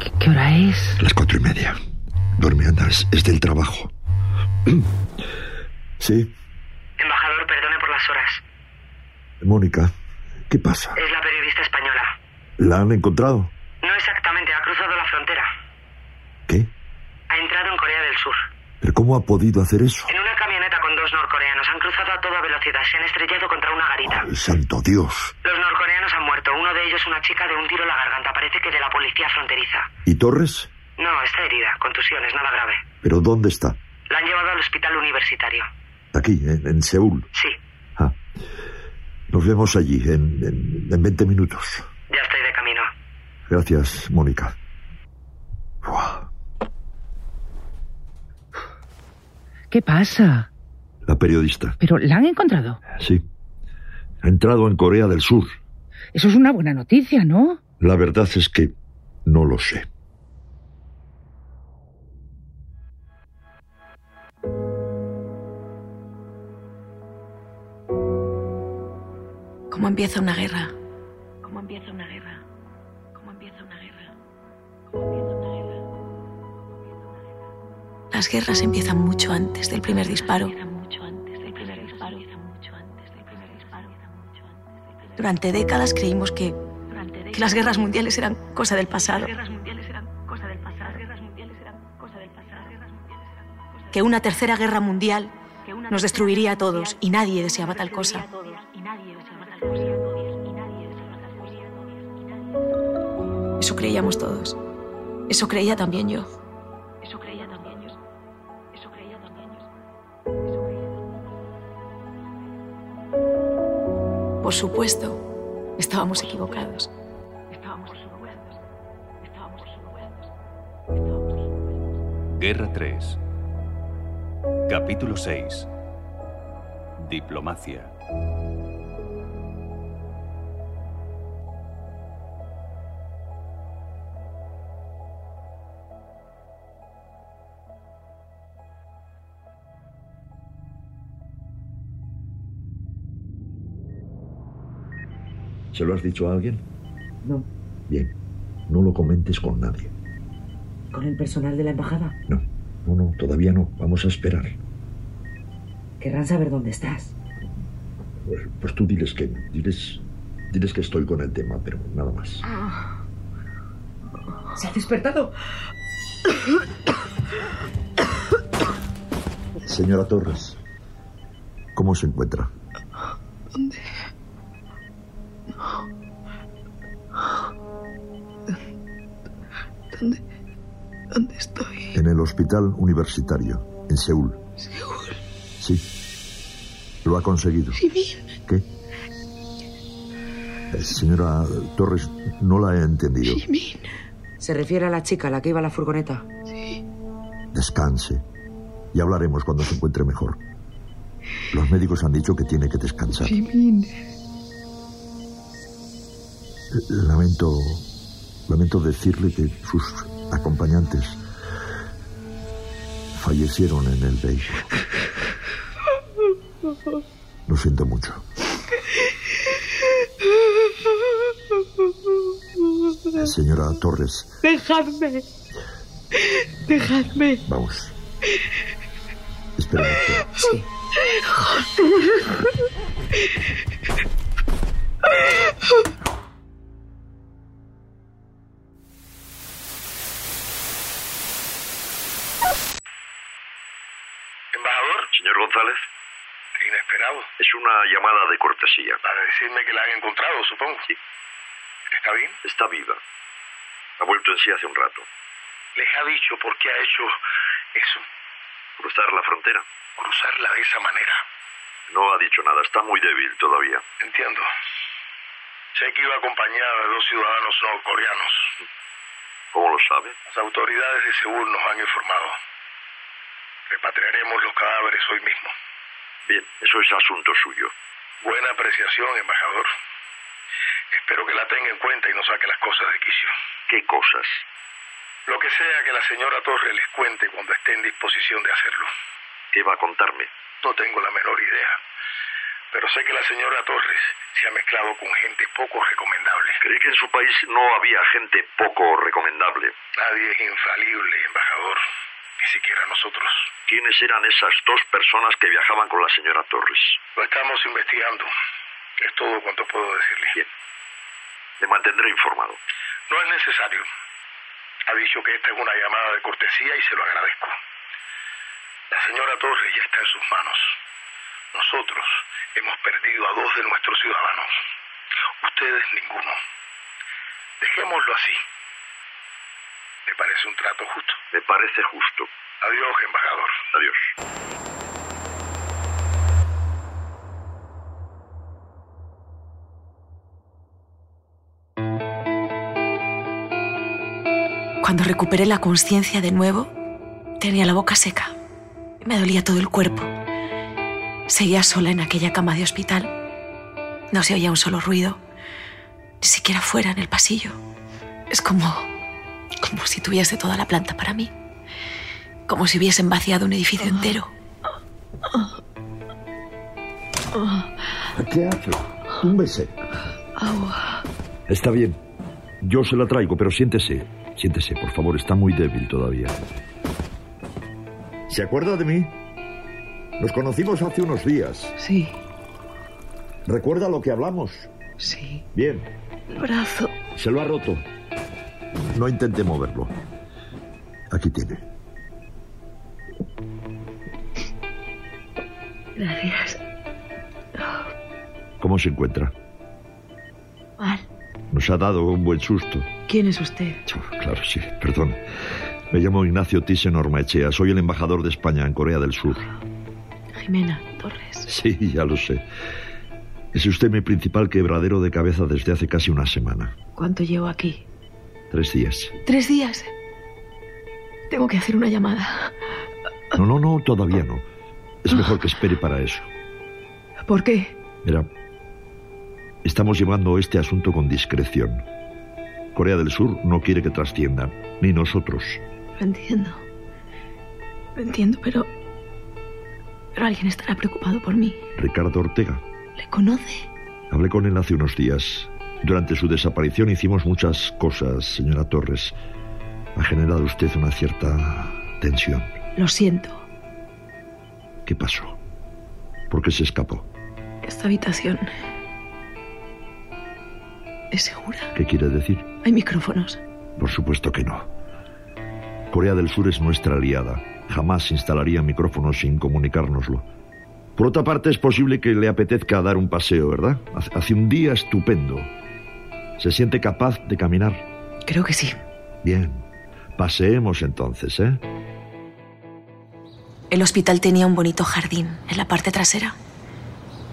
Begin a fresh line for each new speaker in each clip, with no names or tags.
¿Qué, qué hora es?
Las cuatro y media. Duerme, anda, es, es del trabajo. Sí,
Embajador, perdone por las horas.
Mónica, ¿qué pasa?
Es la periodista española.
¿La han encontrado?
No exactamente, ha cruzado la frontera.
¿Qué?
Ha entrado en Corea del Sur.
¿Pero cómo ha podido hacer eso?
En una camioneta con dos norcoreanos han cruzado a toda velocidad. Se han estrellado contra una garita.
Ay, santo Dios.
Los norcoreanos han muerto. Uno de ellos, una chica de un tiro en la garganta. Parece que de la policía fronteriza.
¿Y Torres?
No, está herida. Contusiones, nada grave.
¿Pero dónde está?
La han llevado al hospital universitario.
Aquí, en, en Seúl.
Sí,
Ah. Nos vemos allí, en, en, en 20 minutos.
ya estoy de camino.
Gracias, Mónica. Buah,
¿Qué pasa?
la periodista.
¿Pero la han encontrado?
Sí. Ha entrado en Corea del Sur.
Eso es una buena noticia, ¿no?
La verdad es que no lo sé.
¿Cómo empieza una guerra? ¿Cómo empieza una guerra? ¿Cómo empieza una guerra? ¿Cómo empieza una guerra? Las guerras empiezan mucho antes del primer disparo. Durante décadas creímos que, que las guerras mundiales eran cosa del pasado. Que una tercera guerra mundial nos destruiría a todos y nadie deseaba tal cosa. Eso creíamos todos. Eso creía también yo. Eso creía también yo. Eso creía también yo. Por supuesto, estábamos equivocados. Estábamos equivocados. Estábamos equivocados. Estábamos equivocados.
Guerra 3. Capítulo 6. Diplomacia.
¿Se lo has dicho a alguien?
No,
Bien. No lo comentes con nadie.
con el personal de la embajada.
No, no, no, todavía no. Vamos a esperar.
Querrán saber dónde estás.
Pues, pues tú diles que. Diles, diles que estoy con el tema, pero nada más.
Ah. ¡Se ha despertado!
Señora Torres, ¿cómo se encuentra?
¿Dónde estoy?
En el hospital universitario, en Seúl.
Seúl,
Sí. Lo ha conseguido.
mi vida,
¿Qué? Eh, Señora Torres, no la he entendido.
mi vida.
Se refiere a la chica, la que iba a la furgoneta.
Descanse. Y hablaremos cuando se encuentre mejor. Los médicos han dicho que tiene que descansar. Lamento. Lamento decirle que sus acompañantes fallecieron en el vehículo. Lo siento mucho. Señora Torres. Dejadme. Dejadme. Vamos. Esperemos que-
¿Embajador?
Señor González,
Qué inesperado.
es una llamada de cortesía.
Para decirme que la han encontrado, supongo.
Sí.
¿Está bien?
Está viva. Ha vuelto en sí hace un rato.
Les ha dicho por qué ha hecho eso,
Cruzar la frontera.
cruzarla de esa manera.
No ha dicho nada, está muy débil todavía.
Entiendo. Sé que iba acompañada de dos ciudadanos norcoreanos.
¿Cómo lo sabe?
Las autoridades de Seúl nos han informado. Repatriaremos los cadáveres hoy mismo.
Bien, eso es asunto suyo.
Buena apreciación, embajador. Espero que la tenga en cuenta y no saque las cosas de quicio.
¿Qué cosas?
Lo que sea que la señora Torres les cuente cuando esté en disposición de hacerlo.
¿Qué va a contarme?
No tengo la menor idea. Pero sé que la señora Torres se ha mezclado con gente poco recomendable.
Creí que en su país no había gente poco recomendable.
Nadie es infalible, embajador. Ni siquiera nosotros.
¿Quiénes eran esas dos personas que viajaban con la señora Torres?
Lo estamos investigando. Es todo cuanto puedo decirle.
Bien. Le mantendré informado.
No es necesario. Ha dicho que esta es una llamada de cortesía y se lo agradezco. La señora Torres ya está en sus manos. Nosotros hemos perdido a dos de nuestros ciudadanos. Ustedes ninguno. Dejémoslo así. ¿Le parece un trato justo?
Me parece justo.
Adiós, embajador.
Adiós.
Cuando recuperé la conciencia de nuevo, tenía la boca seca. Me dolía todo el cuerpo. Seguía sola en aquella cama de hospital. No se oía un solo ruido, ni siquiera fuera en el pasillo. Es como, como si tuviese toda la planta para mí. Como si hubiesen vaciado un edificio entero.
¿Qué hace? Túmbese. Está bien. Yo se la traigo, pero siéntese. Siéntese, por favor. Está muy débil todavía. ¿Se acuerda de mí? Nos conocimos hace unos días.
Sí,
¿Recuerda lo que hablamos?
sí.
Bien.
El brazo.
Se lo ha roto. No intente moverlo. Aquí tiene.
Gracias.
¿Cómo se encuentra?
Mal.
Nos ha dado un buen susto.
¿Quién es usted?
Chuf, Claro, sí, perdón. Me llamo Ignacio Thyssen Ormaechea. Soy el embajador de España en Corea del Sur.
Jimena Torres.
Sí, ya lo sé. Es usted mi principal quebradero de cabeza desde hace casi una semana.
¿Cuánto llevo aquí?
Tres días.
Tres días. Tengo que hacer una llamada.
No, no, no, todavía no. Es mejor que espere para eso.
¿Por qué?
Mira, estamos llevando este asunto con discreción. Corea del Sur no quiere que trascienda, ni nosotros.
Lo entiendo. Lo entiendo, pero... Pero alguien estará preocupado por mí.
Ricardo Ortega.
¿Le conoce?
Hablé con él hace unos días. Durante su desaparición hicimos muchas cosas, señora Torres. Ha generado usted una cierta tensión.
Lo siento.
¿Qué pasó? ¿Por qué se escapó?
Esta habitación... ¿Es segura?
¿Qué quiere decir?
Hay micrófonos.
Por supuesto que no. Corea del Sur es nuestra aliada. Jamás instalaría micrófonos sin comunicárnoslo. Por otra parte, es posible que le apetezca dar un paseo, ¿verdad? Hace- Hace un día estupendo. Se siente capaz de caminar.
Creo que sí.
Bien. Paseemos entonces, ¿eh?
El hospital tenía un bonito jardín en la parte trasera.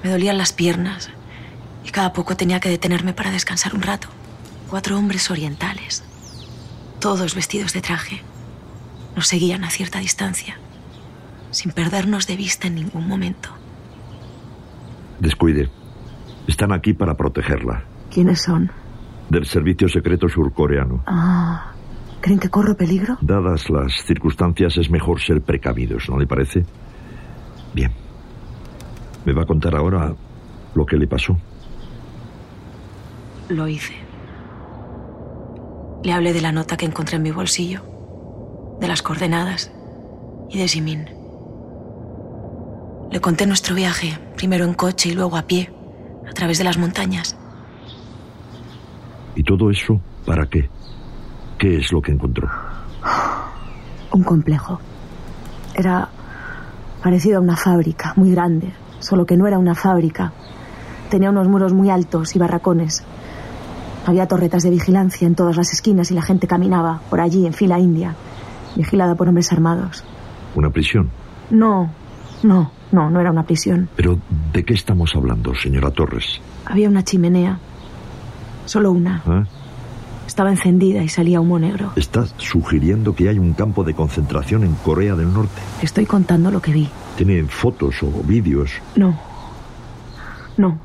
Me dolían las piernas y cada poco tenía que detenerme para descansar un rato. Cuatro hombres orientales, todos vestidos de traje, nos seguían a cierta distancia, sin perdernos de vista en ningún momento.
Descuide. Están aquí para protegerla.
¿Quiénes son?
Del servicio secreto surcoreano.
Ah, ¿creen que corro peligro?
Dadas las circunstancias, es mejor ser precavidos, ¿no le parece? Bien. Me va a contar ahora lo que le pasó.
Lo hice. Le hablé de la nota que encontré en mi bolsillo, de las coordenadas y de Jimin. Le conté nuestro viaje, primero en coche y luego a pie, a través de las montañas.
¿Y todo eso para qué? ¿Qué es lo que encontró?
un complejo. Era parecido a una fábrica, muy grande, solo que no era una fábrica. Tenía unos muros muy altos y barracones. Había torretas de vigilancia en todas las esquinas y la gente caminaba por allí en fila india, vigilada por hombres armados.
Una prisión.
No, no, no, no era una prisión.
Pero ¿de qué estamos hablando, señora Torres?
Había una chimenea. Solo una.
¿Ah?
estaba encendida y salía humo negro.
Estás sugiriendo que hay un campo de concentración en Corea del Norte.
Te estoy contando lo que vi.
¿Tiene fotos o vídeos?
No. No.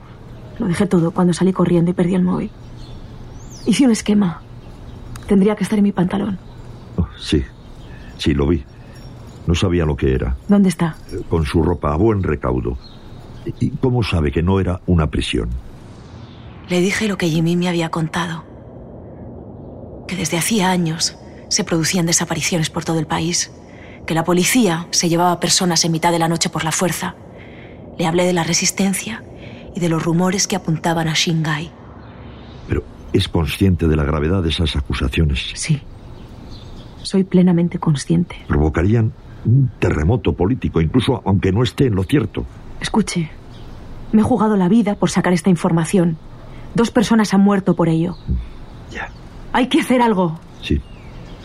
Lo dejé todo cuando salí corriendo y perdí el móvil. Hice un esquema. Tendría que estar en mi pantalón.
Oh, sí, sí, lo vi. No sabía lo que era.
¿Dónde está?
Eh, Con su ropa a buen recaudo. ¿Y cómo sabe que no era una prisión?
Le dije lo que Jimmy me había contado. Que desde hacía años se producían desapariciones por todo el país. Que la policía se llevaba a personas en mitad de la noche por la fuerza. Le hablé de la resistencia y de los rumores que apuntaban a Shingai.
Pero es consciente de la gravedad de esas acusaciones.
Sí. Soy plenamente consciente.
Provocarían un terremoto político, incluso aunque no esté en lo cierto.
Escuche, me he jugado la vida por sacar esta información. Dos personas han muerto por ello.
Ya.
Hay que hacer algo.
Sí,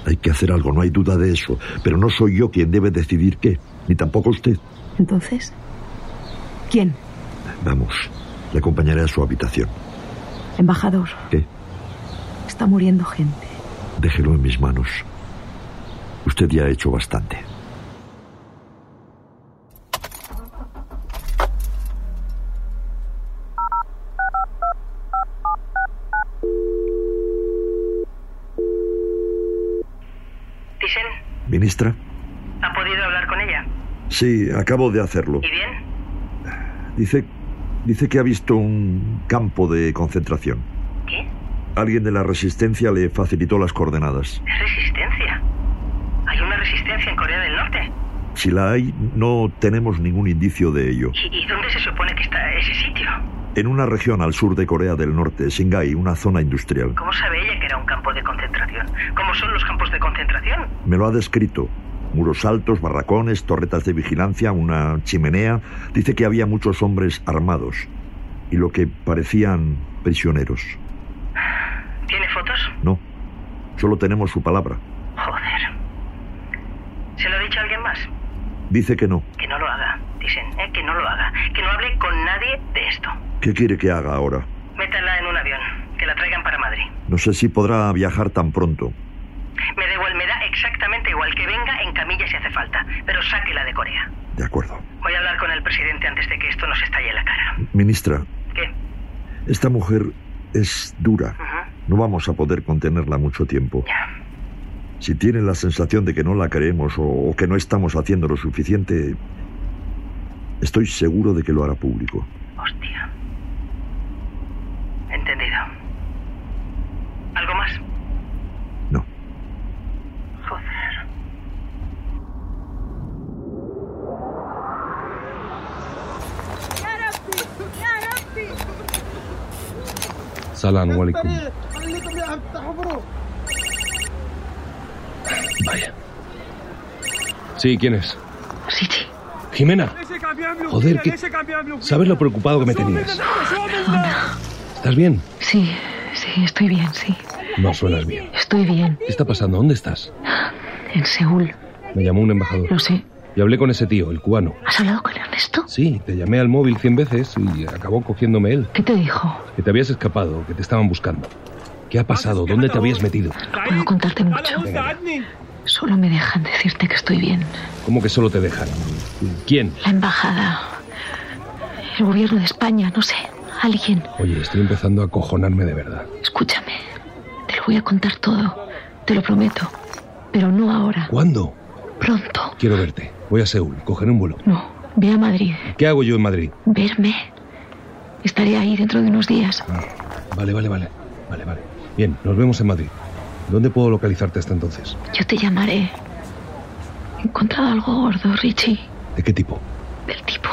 hay que hacer algo, no hay duda de eso. Pero no soy yo quien debe decidir qué, ni tampoco usted.
Entonces, ¿quién?
Vamos, le acompañaré a su habitación.
Embajador.
¿Qué?
Está muriendo gente.
Déjelo en mis manos. Usted ya ha hecho bastante.
Thyssen,
Ministra.
¿ha podido hablar con ella?
Sí, acabo de hacerlo.
¿Y bien?
Dice, dice que ha visto un campo de concentración.
¿Qué?
Alguien de la resistencia le facilitó las coordenadas.
Es resistencia. Hay una resistencia en Corea del Norte.
Si la hay, no tenemos ningún indicio de ello.
¿Y, y dónde se supone que está ese sitio?
En una región al sur de Corea del Norte, Shingai, una zona industrial.
¿Cómo sabe ella que era un campo de concentración? ¿Cómo son los campos de concentración?
Me lo ha descrito. Muros altos, barracones, torretas de vigilancia, una chimenea. Dice que había muchos hombres armados y lo que parecían prisioneros.
¿Tiene fotos?
No, solo tenemos su palabra.
Joder. ¿Se lo ha dicho alguien más?
Dice que no.
Que no lo haga, dicen, ¿eh? que no lo haga. Que no hable con nadie de esto.
¿Qué quiere que haga ahora?
Métala en un avión, que la traigan para Madrid.
No sé si podrá viajar tan pronto.
Me da igual, me da exactamente igual que venga en camilla si hace falta, pero sáquela de Corea.
De acuerdo.
Voy a hablar con el presidente antes de que esto nos estalle en la cara.
Ministra,
¿Qué?
esta mujer es dura. No vamos a poder contenerla mucho tiempo.
Ya.
Si tiene la sensación de que no la creemos o, o que no estamos haciendo lo suficiente, estoy seguro de que lo hará público.
Hostia. Entendido. ¿Algo más?
No.
Joder.
Salam alaikum. Vaya. Sí, ¿quién es? Jimena, joder, ¿qué- ¿sabes lo preocupado que me tenías? ¿Estás bien?
Sí, sí, estoy bien, sí.
No suenas bien.
Estoy bien,
¿Qué está pasando? ¿Dónde estás?
en Seúl.
Me llamó un embajador.
Lo sé.
Y hablé con ese tío, el cubano.
¿Has hablado con Ernesto?
Sí, te llamé al móvil cien veces y acabó cogiéndome él.
¿Qué te dijo?
Que te habías escapado, que te estaban buscando. ¿Qué ha pasado? ¿Dónde te habías metido?
No puedo contarte mucho. Solo me dejan decirte que estoy bien.
¿Cómo que solo te dejan? ¿Quién?
La embajada, el gobierno de España, no sé, alguien.
Oye, estoy empezando a acojonarme de verdad.
Escúchame, te lo voy a contar todo, te lo prometo. Pero no ahora,
¿Cuándo?
pronto.
Quiero verte. Voy a Seúl, cogeré un vuelo.
No, ve a Madrid,
¿Qué hago yo en Madrid?
verme. Estaré ahí dentro de unos días.
Vale, vale, vale. Vale, vale. Bien, nos vemos en Madrid. ¿Dónde puedo localizarte hasta entonces?
Yo te llamaré. He encontrado algo gordo, Richie.
¿De qué tipo?
Del tipo.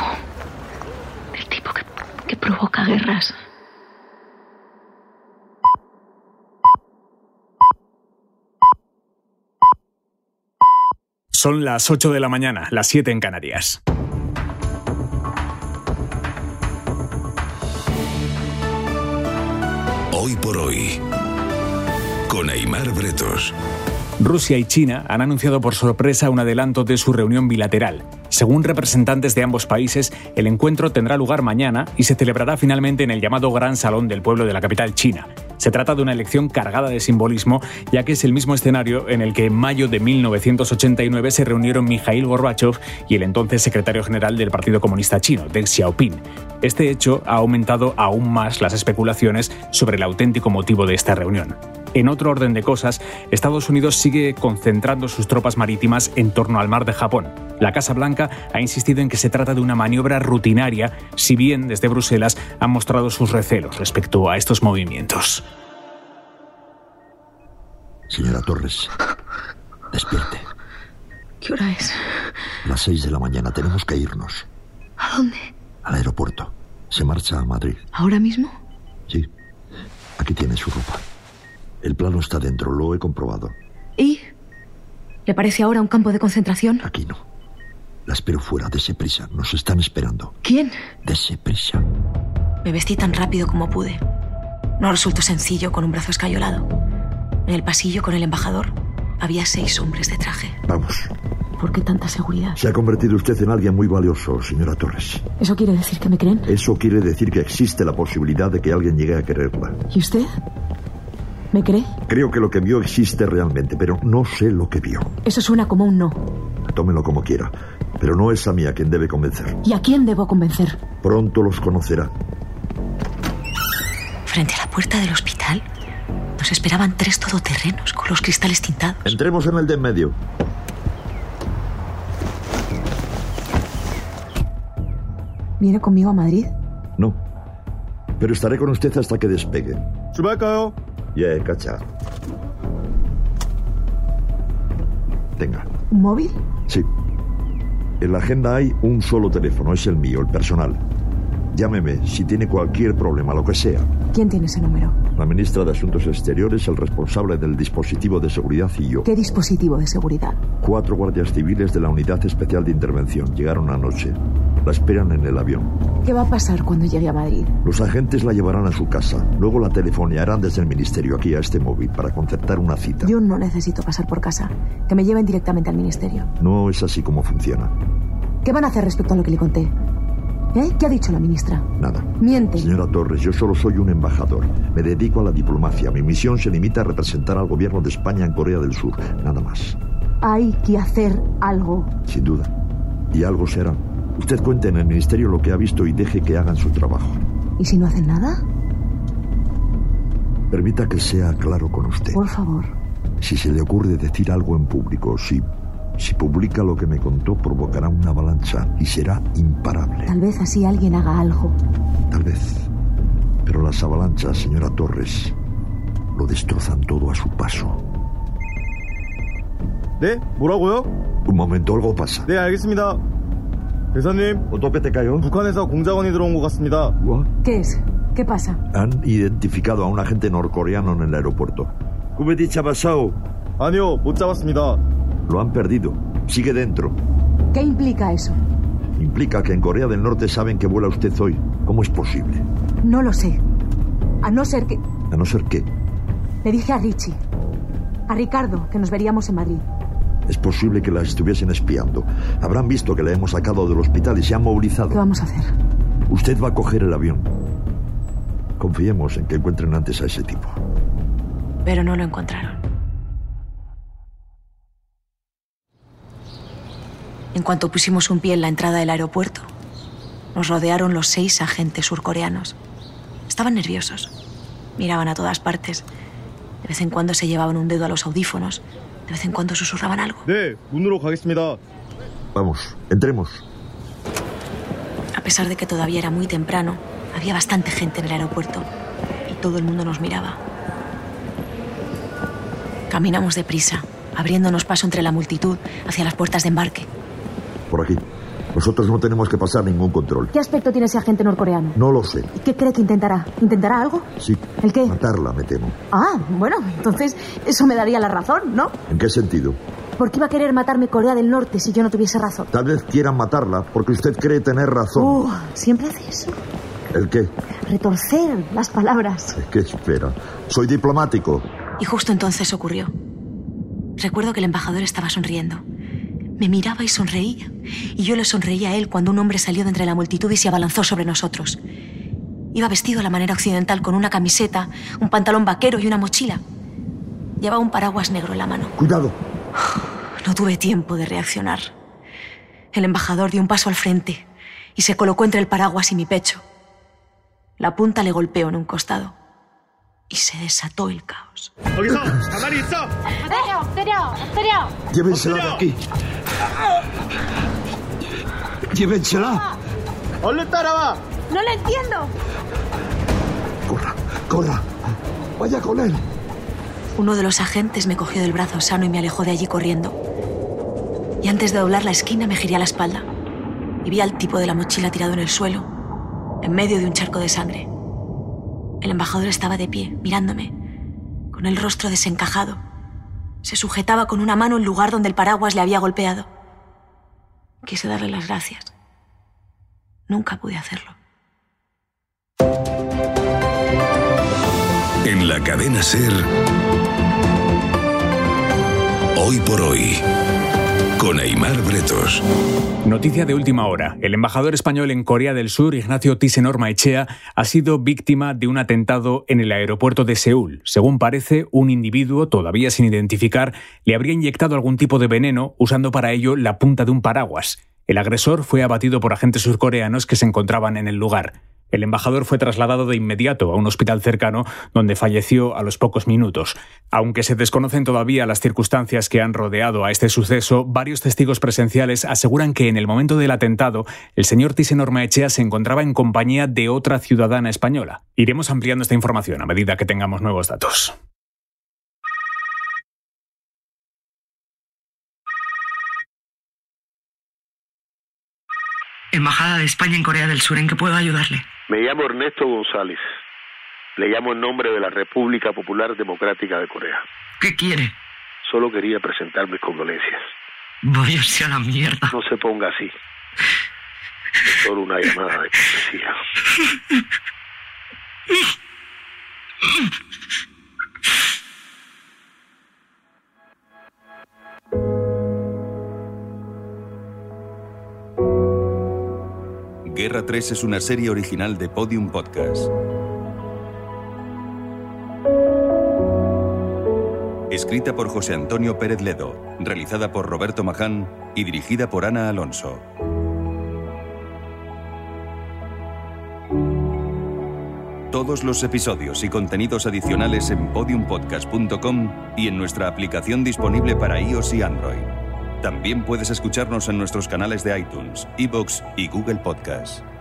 Del tipo que, que provoca guerras.
Son las 8 de la mañana, las 7 en Canarias.
Hoy por hoy, con Aymar Bretos.
Rusia y China han anunciado por sorpresa un adelanto de su reunión bilateral. Según representantes de ambos países, el encuentro tendrá lugar mañana y se celebrará finalmente en el llamado Gran Salón del Pueblo de la capital china. Se trata de una elección cargada de simbolismo, ya que es el mismo escenario en el que en mayo de 1989 se reunieron Mikhail Gorbachev y el entonces secretario general del Partido Comunista Chino, Deng Xiaoping. Este hecho ha aumentado aún más las especulaciones sobre el auténtico motivo de esta reunión. En otro orden de cosas, Estados Unidos sigue concentrando sus tropas marítimas en torno al mar de Japón. La Casa Blanca ha insistido en que se trata de una maniobra rutinaria, si bien desde Bruselas han mostrado sus recelos respecto a estos movimientos.
Señora Torres, despierte.
¿Qué hora es?
Las seis de la mañana tenemos que irnos
¿A dónde?
al aeropuerto. Se marcha a Madrid.
¿Ahora mismo?
Sí. Aquí tiene su ropa. El plano está dentro, lo he comprobado.
¿Y? ¿Le parece ahora un campo de concentración?
Aquí no. La espero fuera, dese prisa. Nos están esperando.
¿Quién?
Dese prisa.
Me vestí tan rápido como pude. No resultó sencillo con un brazo escayolado. En el pasillo con el embajador había seis hombres de traje.
Vamos.
¿Por qué tanta seguridad?
Se ha convertido usted en alguien muy valioso, señora Torres.
¿Eso quiere decir que me creen?
Eso quiere decir que existe la posibilidad de que alguien llegue a quererla.
¿Y usted? ¿Me cree?
Creo que lo que vio existe realmente, pero no sé lo que vio.
Eso suena como un no.
Tómelo como quiera. Pero no es a mí a quien debe convencer.
¿Y a quién debo convencer?
Pronto los conocerá.
Frente a la puerta del hospital nos esperaban tres todoterrenos con los cristales tintados.
Entremos en el de en medio.
¿Viene conmigo a Madrid?
No. Pero estaré con usted hasta que despegue. ¡Subaco! Ya he cachado. Tenga.
¿Un móvil?
Sí. En la agenda hay un solo teléfono, es el mío, el personal. Llámeme si tiene cualquier problema, lo que sea.
¿Quién tiene ese número?
La ministra de Asuntos Exteriores, el responsable del dispositivo de seguridad y yo.
¿Qué dispositivo de seguridad?
Cuatro guardias civiles de la Unidad Especial de Intervención llegaron anoche. La esperan en el avión.
¿Qué va a pasar cuando llegue a Madrid?
Los agentes la llevarán a su casa. Luego la telefonearán desde el ministerio aquí a este móvil para concertar una cita.
Yo no necesito pasar por casa. Que me lleven directamente al ministerio.
No es así como funciona.
¿Qué van a hacer respecto a lo que le conté? ¿Eh? ¿Qué ha dicho la ministra?
Nada.
Miente.
Señora Torres, yo solo soy un embajador. Me dedico a la diplomacia. Mi misión se limita a representar al gobierno de España en Corea del Sur. Nada más.
Hay que hacer algo.
Sin duda. Y algo será. Usted cuente en el ministerio lo que ha visto y deje que hagan su trabajo.
¿Y si no hacen nada?
Permita que sea claro con usted.
Por favor.
Si se le ocurre decir algo en público, si, si publica lo que me contó, provocará una avalancha y será imparable.
Tal vez así alguien haga algo.
Tal vez. Pero las avalanchas, señora Torres, lo destrozan todo a su paso.
네, 뭐라고요?
Un momento, algo pasa.
네, 알겠습니다. 대사님,
¿Otopé te cayó?
북한에서 공작원이 들어온 것 같습니다.
¿Qué es? ¿Qué pasa?
Han identificado a un agente norcoreano en el aeropuerto. Kubedi Chabasao.
아니요, 못 잡았습니다.
Lo han perdido. Sigue dentro.
¿Qué implica eso?
Implica que en Corea del Norte saben que vuela usted hoy. ¿Cómo es posible?
No lo sé. A no ser que...
A no ser que
Le dije a Richie, a Ricardo, que nos veríamos en Madrid.
es posible que la estuviesen espiando. Habrán visto que la hemos sacado del hospital y se han movilizado.
¿Qué vamos a hacer?
Usted va a coger el avión. Confiemos en que encuentren antes a ese tipo.
Pero no lo encontraron. En cuanto pusimos un pie en la entrada del aeropuerto, nos rodearon los seis agentes surcoreanos. Estaban nerviosos, miraban a todas partes. De vez en cuando se llevaban un dedo a los audífonos, de vez en cuando susurraban algo.
네, 문으로 가겠습니다.
Vamos, entremos.
A pesar de que todavía era muy temprano, había bastante gente en el aeropuerto y todo el mundo nos miraba. Caminamos deprisa, abriéndonos paso entre la multitud hacia las puertas de embarque.
Por aquí. Nosotros no tenemos que pasar ningún control.
¿Qué aspecto tiene ese agente norcoreano?
No lo sé.
¿Y qué cree que intentará? ¿Intentará algo?
Sí.
¿El qué?
Matarla, me temo.
Ah, bueno, entonces eso me daría la razón, ¿no?
¿En qué sentido?
¿Por qué iba a querer matarme Corea del Norte si yo no tuviese razón?
Tal vez quieran matarla porque usted cree tener razón.
Uh, siempre hace eso.
¿El qué?
Retorcer las palabras.
¿Qué espera? Soy diplomático.
Y justo entonces ocurrió. Recuerdo que el embajador estaba sonriendo. Me miraba y sonreía. Y yo le sonreía a él cuando un hombre salió de entre la multitud y se abalanzó sobre nosotros.
Iba vestido a la manera occidental con una camiseta, un pantalón vaquero y una mochila. Llevaba un paraguas negro en la mano.
Cuidado.
No tuve tiempo de reaccionar. El embajador dio un paso al frente y se colocó entre el paraguas y mi pecho. La punta le golpeó en un costado y se desató el caos.
Llévensela de aquí. Llévensela.
¡No lo entiendo!
Corra. Vaya con él.
Uno de los agentes me cogió del brazo sano y me alejó de allí corriendo. Y antes de doblar la esquina me giré a la espalda y vi al tipo de la mochila tirado en el suelo, en medio de un charco de sangre. El embajador estaba de pie, mirándome, con el rostro desencajado. Se sujetaba con una mano el lugar donde el paraguas le había golpeado. Quise darle las gracias. Nunca pude hacerlo.
En la cadena Ser. Hoy por hoy. Con Aymar Bretos.
Noticia de última hora. El embajador español en Corea del Sur, Ignacio Thyssen Maechea, ha sido víctima de un atentado en el aeropuerto de Seúl. Según parece, un individuo, todavía sin identificar, le habría inyectado algún tipo de veneno usando para ello la punta de un paraguas. El agresor fue abatido por agentes surcoreanos que se encontraban en el lugar. El embajador fue trasladado de inmediato a un hospital cercano donde falleció a los pocos minutos. Aunque se desconocen todavía las circunstancias que han rodeado a este suceso, varios testigos presenciales aseguran que en el momento del atentado el señor Thyssen Ormaechea se encontraba en compañía de otra ciudadana española. Iremos ampliando esta información a medida que tengamos nuevos datos.
Embajada de España en Corea del Sur, ¿en qué puedo ayudarle?
Me llamo Ernesto González. Le llamo en nombre de la República Popular Democrática de Corea.
¿Qué quiere?
Solo quería presentar mis condolencias.
Voy a irse a la mierda.
No se ponga así. Solo una llamada de cortesía.
Guerra 3 es una serie original de Podium Podcast. Escrita por José Antonio Pérez Ledo, realizada por Roberto Maján y dirigida por Ana Alonso. Todos los episodios y contenidos adicionales en podiumpodcast.com y en nuestra aplicación disponible para iOS y Android. También puedes escucharnos en nuestros canales de iTunes, iBox y Google Podcast.